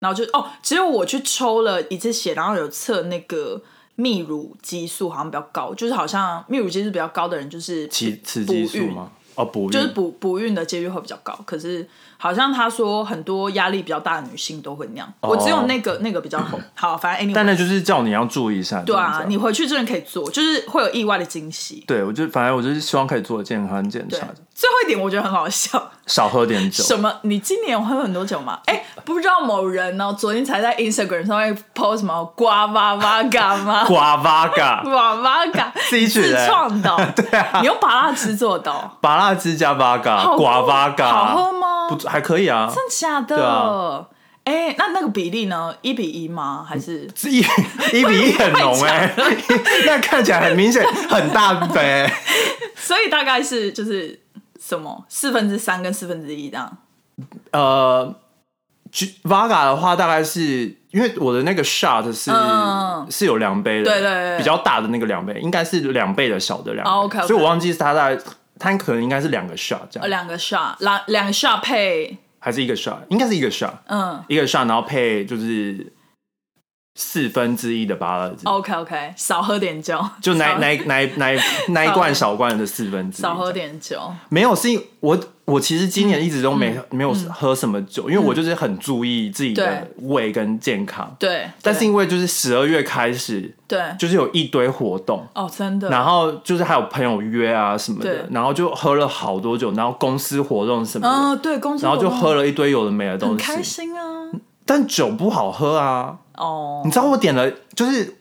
B: 然后就哦，只有我去抽了一次血，然后有测那个泌乳激素，好像比较高，就是好像泌乳激素比较高的人就是
A: 其雌激素
B: 孕
A: 吗？哦，不孕，
B: 就是补补孕的几率会比较高。可是好像他说很多压力比较大的女性都会那样，我只有那个那个比较红。好，反正 anyway，
A: 哦嗯但那就是叫你要注意一下，
B: 对
A: 这样
B: 啊，
A: 子
B: 你回去真的可以做，就是会有意外的惊喜。
A: 对我就反正我就是希望可以做健康检
B: 对
A: 查，，
B: 最后一点我觉得很好笑，
A: 少喝点酒，
B: 什么？你今年会喝很多酒吗？哎、不知道某人呢、昨天才在 Instagram 上面 post 什么瓜哇哇嘎 吗？
A: 瓜巴嘎。
B: 哇哇嘎，
A: 自己取的
B: 自创的哦、
A: 对啊
B: 你用拔蜡汁做的哦、
A: 拔辣汁加八嘎，
B: 好喝
A: 瓜八嘎，
B: 好啊喝吗
A: 不，还可以啊，
B: 真的假
A: 对
B: 的
A: 啊？
B: 哎、那那个比例呢？一比一吗？还是
A: 这一一比一很浓哎、 那看起来很明显很大 杯，
B: 所以大概是就是什么四分之三跟四分之一这样？
A: 呃就，Vaga 的话大概是因为我的那个 shot 是、
B: 嗯
A: 是有量杯的，
B: 对对对
A: 比较大的那个量杯应该是两倍的小的量杯，
B: 哦，OK，OK
A: 所以我忘记是它大概它可能应该是两个 shot 这
B: 呃，
A: 样，
B: 两个 shot，两两个 shot 配
A: 还是一个 shot，应该是一个 shot，
B: 嗯
A: 一个 shot，然后配就是四分之一的芭乐汁，
B: ，OK OK，少喝点酒，
A: 就那
B: 少
A: 那那那 那一罐小罐的四分之一，
B: 少喝嗯点酒，
A: 没有，是因我我其实今年一直都没、没有
B: 嗯
A: 喝什么酒，因为我就是很注意自己的胃跟健康。
B: 对，
A: 但是
B: 对
A: 因为就是十二月开始，
B: 对
A: 就是有一堆活动，
B: 哦，真的，
A: 然后就是还有朋友约啊什么的
B: 对，
A: 然后就喝了好多酒，然后公司活动什么的，
B: 嗯，对，公司
A: 然后就
B: 活动
A: 喝了一堆有的没的
B: 很
A: 东
B: 开
A: 西。嗯
B: 心啊，
A: 但酒不好喝啊，
B: 哦
A: 你，知道我点了就是。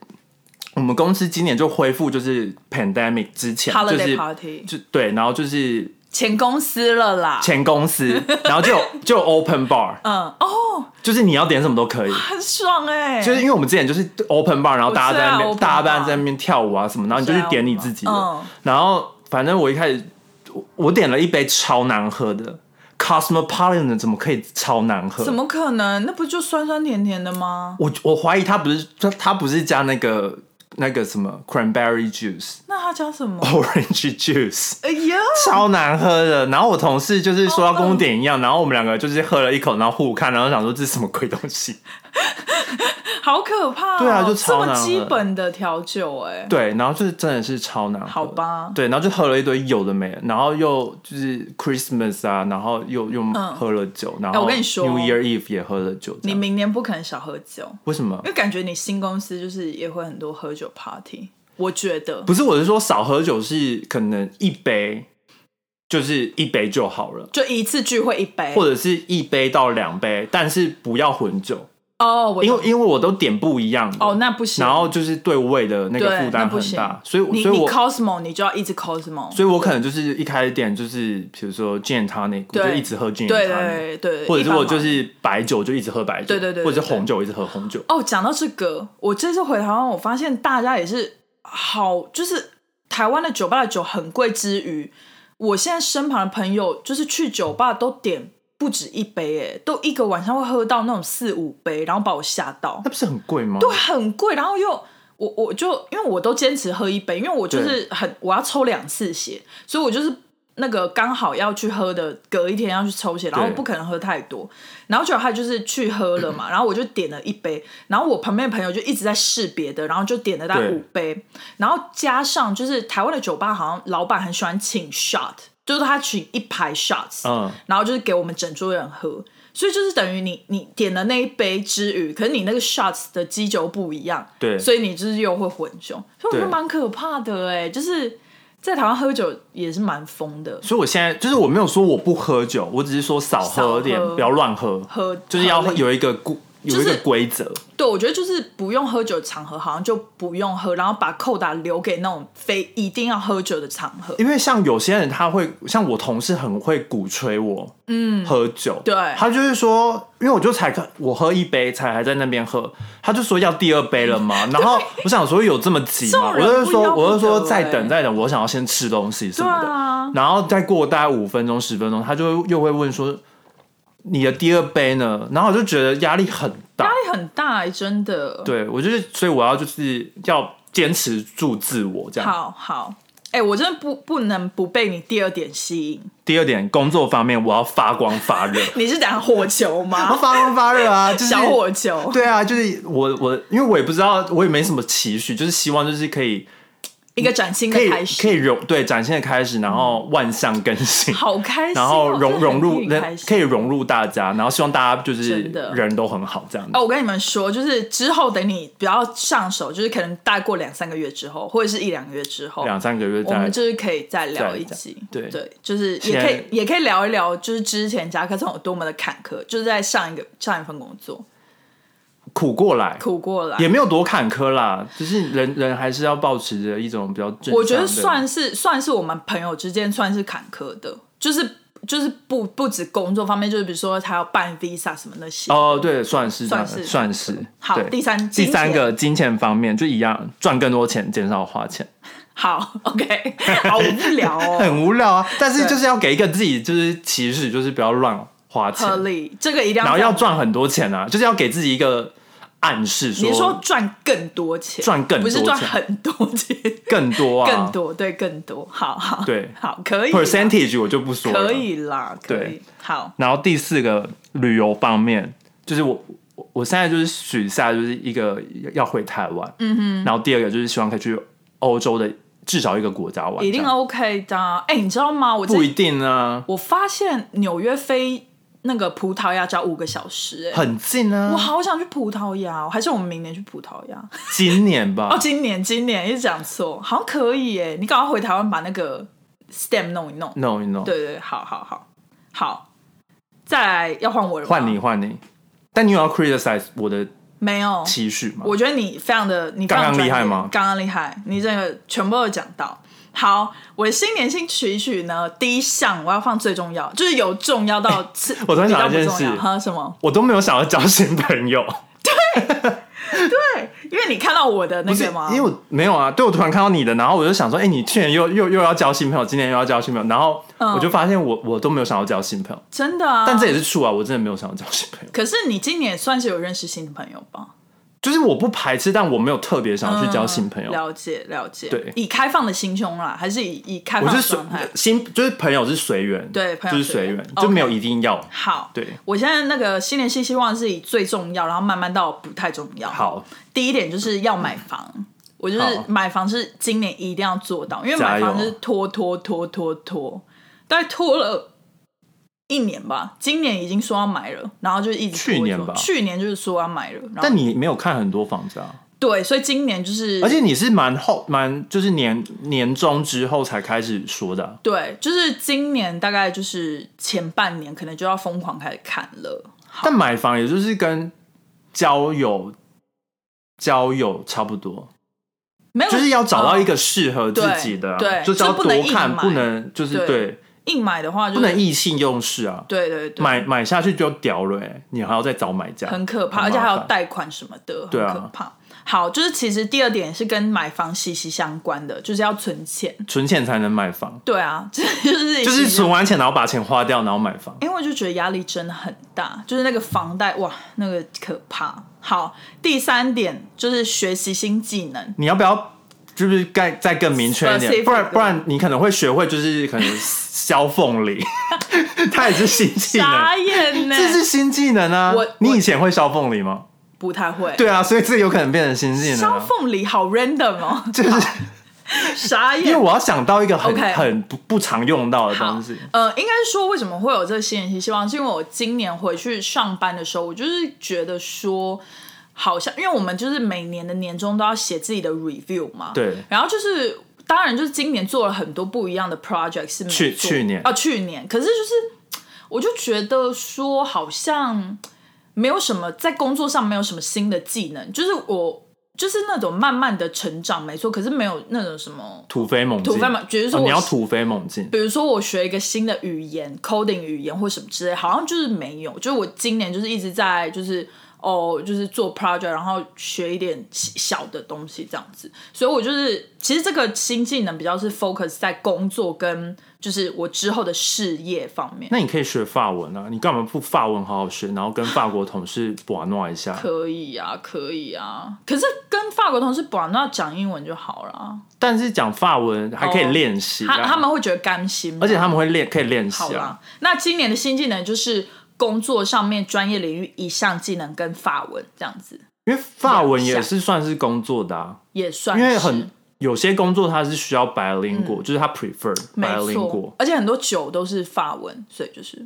A: 我们公司今年就恢复就是 pandemic 之前，就
B: Holiday
A: 是
B: party
A: 就对，然后就是
B: 前公司了啦，
A: 前公司，然后就有就有 open bar，
B: 嗯，哦，
A: 就是你要点什么都可以。
B: 很爽哎，
A: 就是因为我们之前就是 open bar，然后大家在那边、
B: 我知道
A: 大
B: open bar
A: 班在那边跳舞啊什么，然后你就去点你自己的。
B: 我知道嗯
A: 然后反正我一开始我我点了一杯超难喝的 Cosmopolitan，怎么可以超难喝？
B: 怎么可能？那不就酸酸甜甜的吗？
A: 我我怀疑它不是它它不是加那个那个什么 cranberry juice、
B: 那它加什么？
A: orange juice。
B: 哎呀，
A: 超难喝的。然后我同事就是说要
B: 好
A: 跟
B: 饿
A: 我点一样，然后我们两个就是喝了一口，然后互看，然后想说这是什么鬼东西。
B: 好可怕、哦！
A: 对啊就
B: 这
A: 超
B: 么
A: 难喝
B: 基本的调酒、哎，
A: 对，啊然后就是真的是超难喝。
B: 好吧
A: 对，然后就喝了一堆有的没的，然后又就是 Christmas 啊，然后又又喝了酒，然后
B: 哎我跟你说
A: New Year Eve 也喝了酒。这
B: 你
A: 样
B: 明年不可能少喝酒，
A: 为什么
B: 因？为感觉你新公司就是也会很多喝酒 party。我觉得
A: 不是，我是说少喝酒是可能一杯，就是一杯就好了，
B: 就一次聚会一杯，
A: 或者是一杯到两杯，但是不要混酒，
B: 哦，我
A: 因为因为我都点不一样的。
B: 哦那不行，
A: 然后就是对胃的那个
B: 对
A: 负
B: 那
A: 担
B: 不
A: 很
B: 行
A: 大，所以
B: 你
A: 所以
B: 你
A: 我
B: Cosmo 你就要一直 Cosmo，
A: 所以我可能就是一开始点就是比如说 gin and tonic，我就
B: 对
A: 一直喝 gin and
B: 对
A: tonic，
B: 对对对，
A: 或者是
B: 一般
A: 我
B: 嘛
A: 就是白酒就一直喝白酒，
B: 对对对对
A: 或者是红酒一直喝红酒。
B: 哦，讲到这个，我这次回台湾，我发现大家也是好，就是台湾的酒吧的酒很贵之余，我现在身旁的朋友就是去酒吧都点不止一杯，哎，都一个晚上会喝到那种四五杯，然后把我吓到，
A: 那不是很贵吗？
B: 对，很贵，然后又。我我就因为我都坚持喝一杯，因为我就是很我要抽两次血，所以我就是那个刚好要去喝的，隔一天要去抽血，然后
A: 对
B: 不可能喝太多。然后结果他就是去喝了嘛，然后我就点了一杯，然后我旁边的朋友就一直在试别的，然后就点了大概
A: 对
B: 五杯，然后加上就是台湾的酒吧好像老板很喜欢请 shot，就是他请一排 shots，、
A: 嗯，
B: 然后就是给我们整桌人喝。所以就是等于你你点的那一杯之余，可是你那个 shots 的基酒不一样，
A: 对
B: 所以你就是又会混酒，所以我觉得
A: 对
B: 蛮可怕的哎、就是在台湾喝酒也是蛮疯的，
A: 所以我现在就是我没有说我不喝酒，我只是说少
B: 少喝
A: 喝点，不要乱喝，
B: 喝
A: 就是要
B: 喝
A: 有一个规有一
B: 就
A: 个
B: 是
A: 规则。
B: 对，我觉得就是不用喝酒的场合，好像就不用喝，然后把扣打留给那种非一定要喝酒的场合。
A: 因为像有些人他会，像我同事很会鼓吹我，嗯，喝酒，
B: 对
A: 他就是说，因为我就才我喝一杯才还在那边喝，他就说要第二杯了嘛，然后我想说有这么急吗？我
B: 这种
A: 就是
B: 人不要
A: 说，
B: 不
A: 我就说
B: 得
A: 再
B: 欸
A: 等再等，我想要先吃东西什么
B: 对
A: 的，
B: 啊
A: 然后再过大概五分钟十分钟，他就会又会问说你的第二杯呢？然后我就觉得压力很大
B: 压，力很大、欸，真的。
A: 对我就是，所以我要就是要坚持住自我这样。
B: 好好，哎、我真的不不能不被你第二点吸引。
A: 第二点，工作方面我要发光发热。
B: 你是讲火球
A: 然后
B: 吗？
A: 发光发热啊，就是
B: 小火球。
A: 对啊，就是我我，因为我也不知道，我也没什么期许，就是希望就是可以
B: 一个崭新的
A: 可以
B: 开
A: 可以
B: 始，嗯
A: 融对崭新的开始，然后万象更新，
B: 好开心、哦，
A: 然后
B: 真的
A: 融
B: 很
A: 融入
B: 替你
A: 人
B: 开心
A: 可以融入大家，然后希望大家就是
B: 真的
A: 人都很好这样子
B: 哦，。我跟你们说，就是之后等你比较上手，就是可能大概过两三个月之后，或者是一两个月之后，
A: 两三个月
B: 我
A: 再
B: 们就是可以再聊一
A: 再
B: 集，
A: 对
B: 对，就是也
A: 现
B: 可
A: 在
B: 以也可以聊一聊，就是之前夹克松有多么的坎坷，就是在上一个上一份工作
A: 苦过来，
B: 苦过来
A: 也。没有多坎坷啦，只是人人还是要保持着一种比较正。
B: 我觉得算是算是我们朋友之间算是坎坷的，就是就是不不止工作方面，就是比如说他要办 visa 什么那些。
A: 哦，对，算是
B: 算是
A: 是算是。
B: 好
A: 对
B: 第三
A: 第三
B: 金钱
A: 个金钱方面就一样，赚更多钱，减少花钱。
B: 好，OK，好无聊 哦，
A: 很无聊啊。但是
B: 对
A: 就是要给一个自己就是期许，就是不要乱花钱
B: 合，理，这个一定要
A: 然后要
B: 这样
A: 赚很多钱啊，就是要给自己一个暗示说，
B: 你是说赚更多钱，
A: 赚更
B: 不
A: 多
B: 是赚
A: 钱，
B: 很多 钱，
A: 更多啊，
B: 更多对更多，好好
A: 对
B: 好可以啦
A: percentage 我就不说了。
B: 可以啦，可以
A: 对
B: 好
A: 然后第四个旅游方面，就是我我我现在就是许下就是一个要回台湾，嗯哼，然后第二个就是希望可以去欧洲的至少一个国家玩，
B: 一定
A: 这样
B: OK 的啊。哎、你知道吗？我
A: 不一
B: 这
A: 定啊，
B: 我发现纽约飞那个葡萄牙只要五个小时、哎。
A: 很近
B: 我
A: 啊，
B: 好想去葡萄牙、哦，还是我们明年去葡萄牙？
A: 今年吧，
B: 哦，今年今年一直讲错，好像可以哎，你赶快回台湾把那个 STEM 弄一弄。
A: no no，
B: 对对，好好好好，再来要换我了吗，
A: 换你换你，但你有要 criticize 我的
B: 没有？
A: 期许吗？
B: 我觉得你非常的，你非常
A: 刚刚厉害
B: 专业
A: 吗
B: 刚刚厉害，你这个全部都有讲到。好，我的新年新曲曲呢，第一项我要放最重要，就是由重要到次，
A: 哎我突然想到
B: 比较
A: 一
B: 不
A: 件
B: 重要
A: 事
B: 哈什么？
A: 我都没有想要交新朋 友，
B: 对，因为你看到我的那
A: 不是
B: 个吗？
A: 因为我没有啊，对我突然看到你的，然后我就想说，哎、你去年又又又要交新朋友，今年又要交新朋友，然后
B: 嗯
A: 我就发现我我都没有想要交新朋友，
B: 真的啊，
A: 但这也是处啊，我真的没有想要交新朋友，
B: 可是你今年也算是有认识新朋友吧？
A: 就是我不排斥，但我没有特别想要去交新朋友，
B: 嗯了解了解，
A: 对
B: 以开放的心胸啦，还是以以开
A: 我
B: 放
A: 是
B: 的
A: 随
B: 状态？
A: 新就是朋友是随缘，
B: 对朋友
A: 就是
B: 随
A: 随
B: 缘
A: 缘，
B: OK 嗯
A: 就没有一定要
B: 好，
A: 对，
B: 我现在那个新年新希望是以最重要，然后慢慢到不太重要。，
A: 好，
B: 第一点就是要买房，我就是
A: 好
B: 买房是今年一定要做到，因为
A: 加
B: 买
A: 油
B: 房就是拖拖拖拖拖，大概拖了一年吧，今年已经说要买了，然后就一直拖
A: 去年
B: 拖
A: 吧
B: 去年就是说要买了，然后
A: 但你没有看很多房子啊，
B: 对，所以今年就是
A: 而且你是蛮后蛮就是年年终之后才开始说的啊、
B: 对，就是今年大概就是前半年可能就要疯狂开始看了。
A: 但买房也就是跟交友交友差不多，
B: 没有，
A: 就是要找到一个
B: 嗯
A: 适合自己的啊、
B: 对对
A: 就是要
B: 就不
A: 多
B: 能硬
A: 看，
B: 买
A: 不能就是
B: 对
A: 对，
B: 硬买的话、就是，
A: 不能意气用事啊。
B: 对对对，
A: 买买下去就掉了、欸，你还要再找买家，
B: 很可
A: 很
B: 怕，
A: 麻
B: 而
A: 烦
B: 且还有贷款什么的，
A: 对啊
B: 很可怕。好，就是其实第二点是跟买房息息相关的，就是要存钱。
A: 存钱才能买房，
B: 对啊， 这就是
A: 就是存。完钱然后把钱花掉，然后买房。
B: 因为我就觉得压力真的很大，就是那个房贷哇，那个可怕。好，第三点就是学习新技能，
A: 你要不要就是再再更明确一
B: Specific
A: 点？不然不然你可能会学会就是可能削凤梨， 它也是新技能，
B: 傻眼呢、
A: 这是新技能啊
B: 我！
A: 你
B: 我
A: 以前会削凤梨吗？
B: 不太会。
A: 对啊，所以这有可能变成新技能
B: 烧
A: 啊、
B: 凤梨好 random 哦，
A: 就是
B: 傻眼。
A: 因为我要想到一个很
B: OK
A: 很不不常用到的
B: 好
A: 东西，，
B: 呃，应该说为什么会有这个新年新希望，是因为我今年回去上班的时候，我就是觉得说，好像因为我们就是每年的年终都要写自己的 review 嘛，，
A: 对，
B: 然后就是当然就是今年做了很多不一样的 project 是没
A: 去
B: 错
A: 去年
B: 啊去年，可是就是我就觉得说好像没有什么在工作上没有什么新的技能，就是我。就是那种慢慢的成长，没错，可是没有那种什么
A: 突飞猛进，
B: 突飞猛比如说
A: 哦
B: 我
A: 你要突飞猛进，
B: 比如说我学一个新的语言，coding 语言或什么之类，好像就是没有。就是我今年就是一直在就是哦，就是做 project，然后学一点小的东西这样子。所以我就是其实这个新技能比较是 focus 在工作跟就是我之后的事业方面。
A: 那你可以学法文啊，你干嘛不法文好好学，然后跟法国同事玩弄一下？
B: 可以啊，可以啊。可是跟法国同事不然那讲英文就好了，
A: 但是讲法文还可以练习、啊
B: 哦他他们会觉得甘心吗，
A: 而且他们会练，可以练
B: 好
A: 习啊
B: 啦。，那今年的新技能就是工作上面专业领域一项技能跟法文这样子，
A: 因为法文也
B: 两
A: 是算是工作的啊，
B: 也算
A: 因
B: 是嗯
A: 为很有些工作它是需要白灵果，就是他 prefer
B: 没
A: 白灵
B: 错
A: 果。，
B: 而且很多酒都是法文，所以就是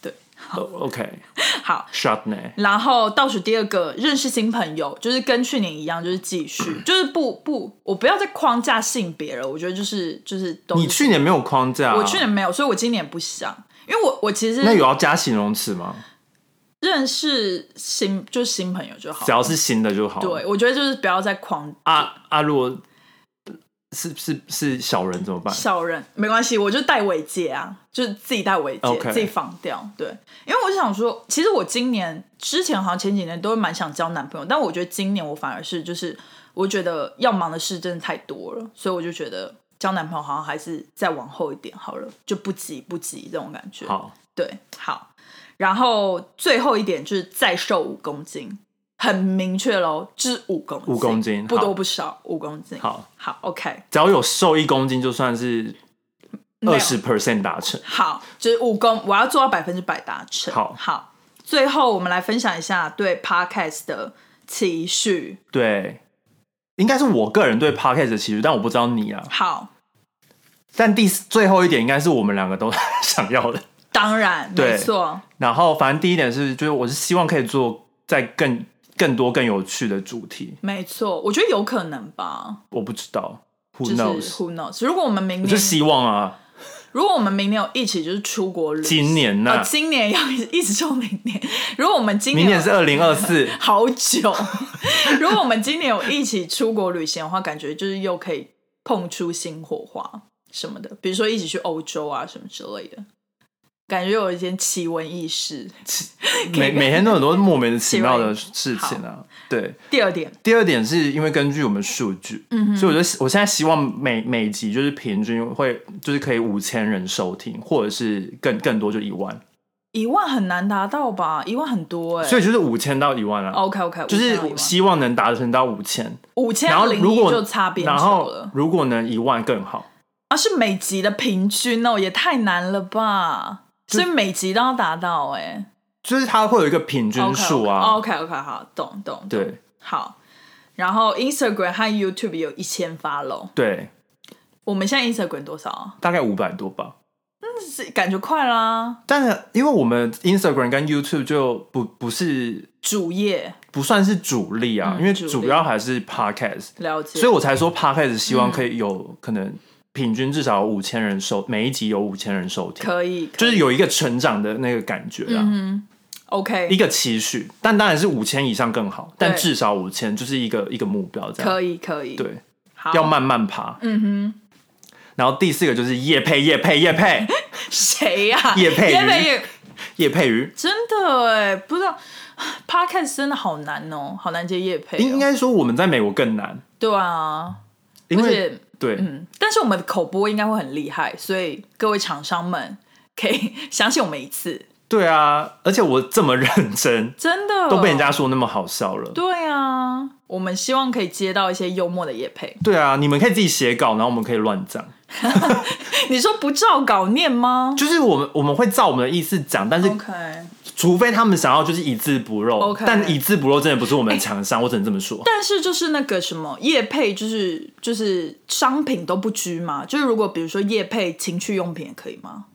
B: 对
A: 哦 OK，Chardonnay，、
B: 好。然后倒数第二个，认识新朋友，就是跟去年一样，就是 继续，就是不不，我不要再框架性别了。我觉得就是就是都是
A: 你去年没有框架、啊，
B: 哦我去年没有，所以我今年不想，因为我我其实
A: 那有要加形容词吗？
B: 认识新就是新朋友就好
A: 只。要是新的就好。
B: 对，我觉得就是不要再框
A: 啊啊，如果是是是小人怎么办？
B: 小人没关系，我就戴尾戒啊，就是自己戴尾戒
A: OK
B: 自己放掉。对，因为我就想说，其实我今年之前好像前几年都会蛮想交男朋友，但我觉得今年我反而是就是我觉得要忙的事真的太多了，所以我就觉得交男朋友好像还是再往后一点好了，就不急不急这种感觉。
A: 好，
B: 对，好。然后最后一点就是再瘦五公斤，很明确喽，至五公
A: 5公斤
B: 不
A: 好
B: 多不少，五公斤。
A: 好，
B: 好，OK，
A: 只要有瘦一公斤，就算是
B: 没有
A: 二十 percent 达成。
B: 好，就是武功，我要做到百分之百达成。
A: 好
B: 好，最后我们来分享一下对 podcast 的期许。
A: 对，应该是我个人对 podcast 的期许，但我不知道你啊。
B: 好，
A: 但第四最后一点应该是我们两个都想要的。
B: 当然，
A: 对
B: 没错，
A: 然后，反正第一点是，就是我是希望可以做在更更多更有趣的主题。
B: 没错，我觉得有可能吧，
A: 我不知道
B: 就
A: ，Who
B: 是
A: knows？
B: who knows？如果我们明
A: 我就
B: 年，
A: 希望啊，
B: 如果我们明年有一起就是出国旅行，
A: 今年呢、
B: 呃，今年要 一直一直说明年，如果我们今
A: 明
B: 年
A: 年是二零二 四，
B: 好久，如果我们今年有一起出国旅行的话，感觉就是又可以碰出新火花什么的，比如说一起去欧洲啊什么之类的，感觉有一些奇闻异事。
A: 每每天都有很多莫名其妙的事
B: 好
A: 情啊。对，
B: 第二点，
A: 第二点是因为根据我们数据，嗯、所以我觉得我现在希望每每集就是平均会就是可以五千人收听，或者是更更多就一万，
B: 一万很难达到吧？一万很多哎、
A: 所以就是五千到一万啊。
B: OK OK，
A: 就是希望能达成到五千，
B: 五千
A: 然后
B: 零
A: 如
B: 一
A: 果
B: 就擦边
A: 然
B: 球
A: 后
B: 了，
A: 如果能一万更好，
B: 啊是每集的平均哦，也太难了吧？所以每集都要达到哎、
A: 就是它会有一个平均
B: OK，OK，哦
A: 数啊。
B: OK OK 好，懂懂懂，
A: 对
B: 好。然后 Instagram 和 YouTube 有一千 follow，
A: 对，
B: 我们现在 Instagram 多少啊？
A: 大概五百多吧。
B: 是感觉快啦，
A: 但是因为我们 Instagram 跟 YouTube 就不不是
B: 主页
A: 不算是主力啊，
B: 嗯
A: 因为
B: 主力嗯
A: 主要还是 Podcast，
B: 了解，
A: 所以我才说 Podcast 希望可以有、可能平均至少五千人收，每一集有五千人收听，
B: 可以，嗯可以
A: 就是有一个成长的那个感觉啊，一
B: OK，
A: 个期许。但当然是五千以上更好，但
B: 对
A: 至少五千就是一个一个目标这样。
B: 可以可以，，
A: 对，
B: 好，
A: 要慢慢爬。嗯哼。然后第四个就是叶配，叶配，叶 配，
B: 谁呀？
A: 叶佩瑜
B: 叶佩瑜
A: 叶配鱼。
B: 真的哎，不知道 Podcast 真的好难哦，好难接叶配哦，
A: 应应该说我们在美国更难，
B: 对啊，
A: 因
B: 而
A: 为
B: 且
A: 对，
B: 嗯，但是我们的口播应该会很厉害，所以各位厂商们可以 相信我们一次，
A: 对啊，而且我这么认真，
B: 真的
A: 都被人家说那么好笑了。
B: 对啊，我们希望可以接到一些幽默的叶配。
A: 对啊，你们可以自己写稿，然后我们可以乱讲。
B: 你说不照稿念吗
A: 就是我们我们会照我们的意思讲，但是
B: ？OK。
A: 除非他们想要就是一字不漏
B: 哦 OK
A: 但一字不漏真的不是我们的强项，我只能这么说。
B: 但是就是那个什么叶配，就是就是商品都不拘嘛。就是如果比如说叶配情趣用品也可以吗？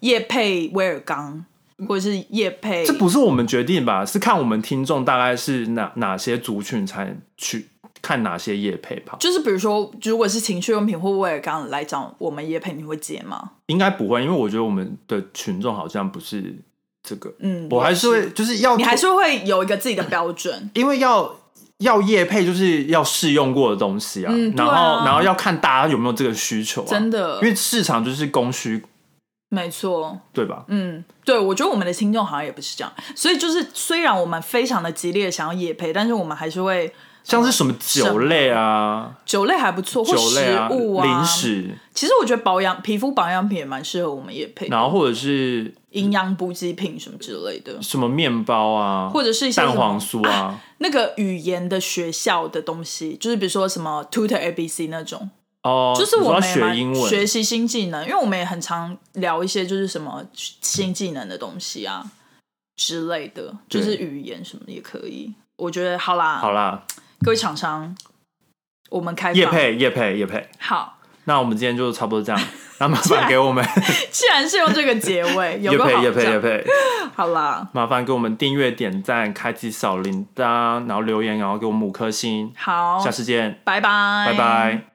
B: 叶配威尔刚，或者是叶配
A: 这不是我们决定吧？是看我们听众大概是哪哪些族群才去看哪些业配吧？
B: 就是比如说，如果是情趣用品或威尔刚来讲，我们叶配你会接吗？
A: 应该不会，因为我觉得我们的群众好像不是这个。
B: 嗯，
A: 我还是
B: 也
A: 会就是要。
B: 你还是会有一个自己的标准
A: 因为要要业配，就是要试用过的东西啊，
B: 嗯对
A: 然
B: 啊
A: 后然后要看大家有没有这个需求、啊，
B: 真的
A: 因为市场就是供需，
B: 没错，
A: 对吧？
B: 嗯，对，我觉得我们的听众好像也不是这样，所以就是虽然我们非常的激烈地想要夜配，但是我们还是会
A: 像是什么酒类啊、
B: 酒类还不错，或
A: 酒
B: 食
A: 类
B: 物啊、
A: 零。食，
B: 其实我觉得保养皮肤保养品也蛮适合我们夜配，
A: 然后或者是
B: 营养补给品什么之类的，
A: 什么面包啊，
B: 或者是一些什么
A: 蛋黄酥啊，
B: 那个语言的学校的东西，就是比如说什么 Tutor ABC 那种，
A: 哦，
B: 啊就是我
A: 你说要
B: 们也蛮
A: 学英文，
B: 学习新技能，因为我们也很常聊一些就是什么新技能的东西啊之类的，就
A: 对
B: 是语言什么也可以。我觉得好啦，
A: 好啦，
B: 各位厂商，我们开放
A: 叶配叶配叶配，
B: 好，
A: 那我们今天就差不多这样， 那麻烦给我们
B: 既然是用这个结 尾，有
A: 叶
B: 个好
A: 配叶配
B: 这样
A: 叶配。
B: 好啦，
A: 麻烦给我们订阅、点赞、开启小铃铛，然后留言，然后给我们五颗星。
B: 好，
A: 下次见，
B: 拜拜，
A: 拜拜。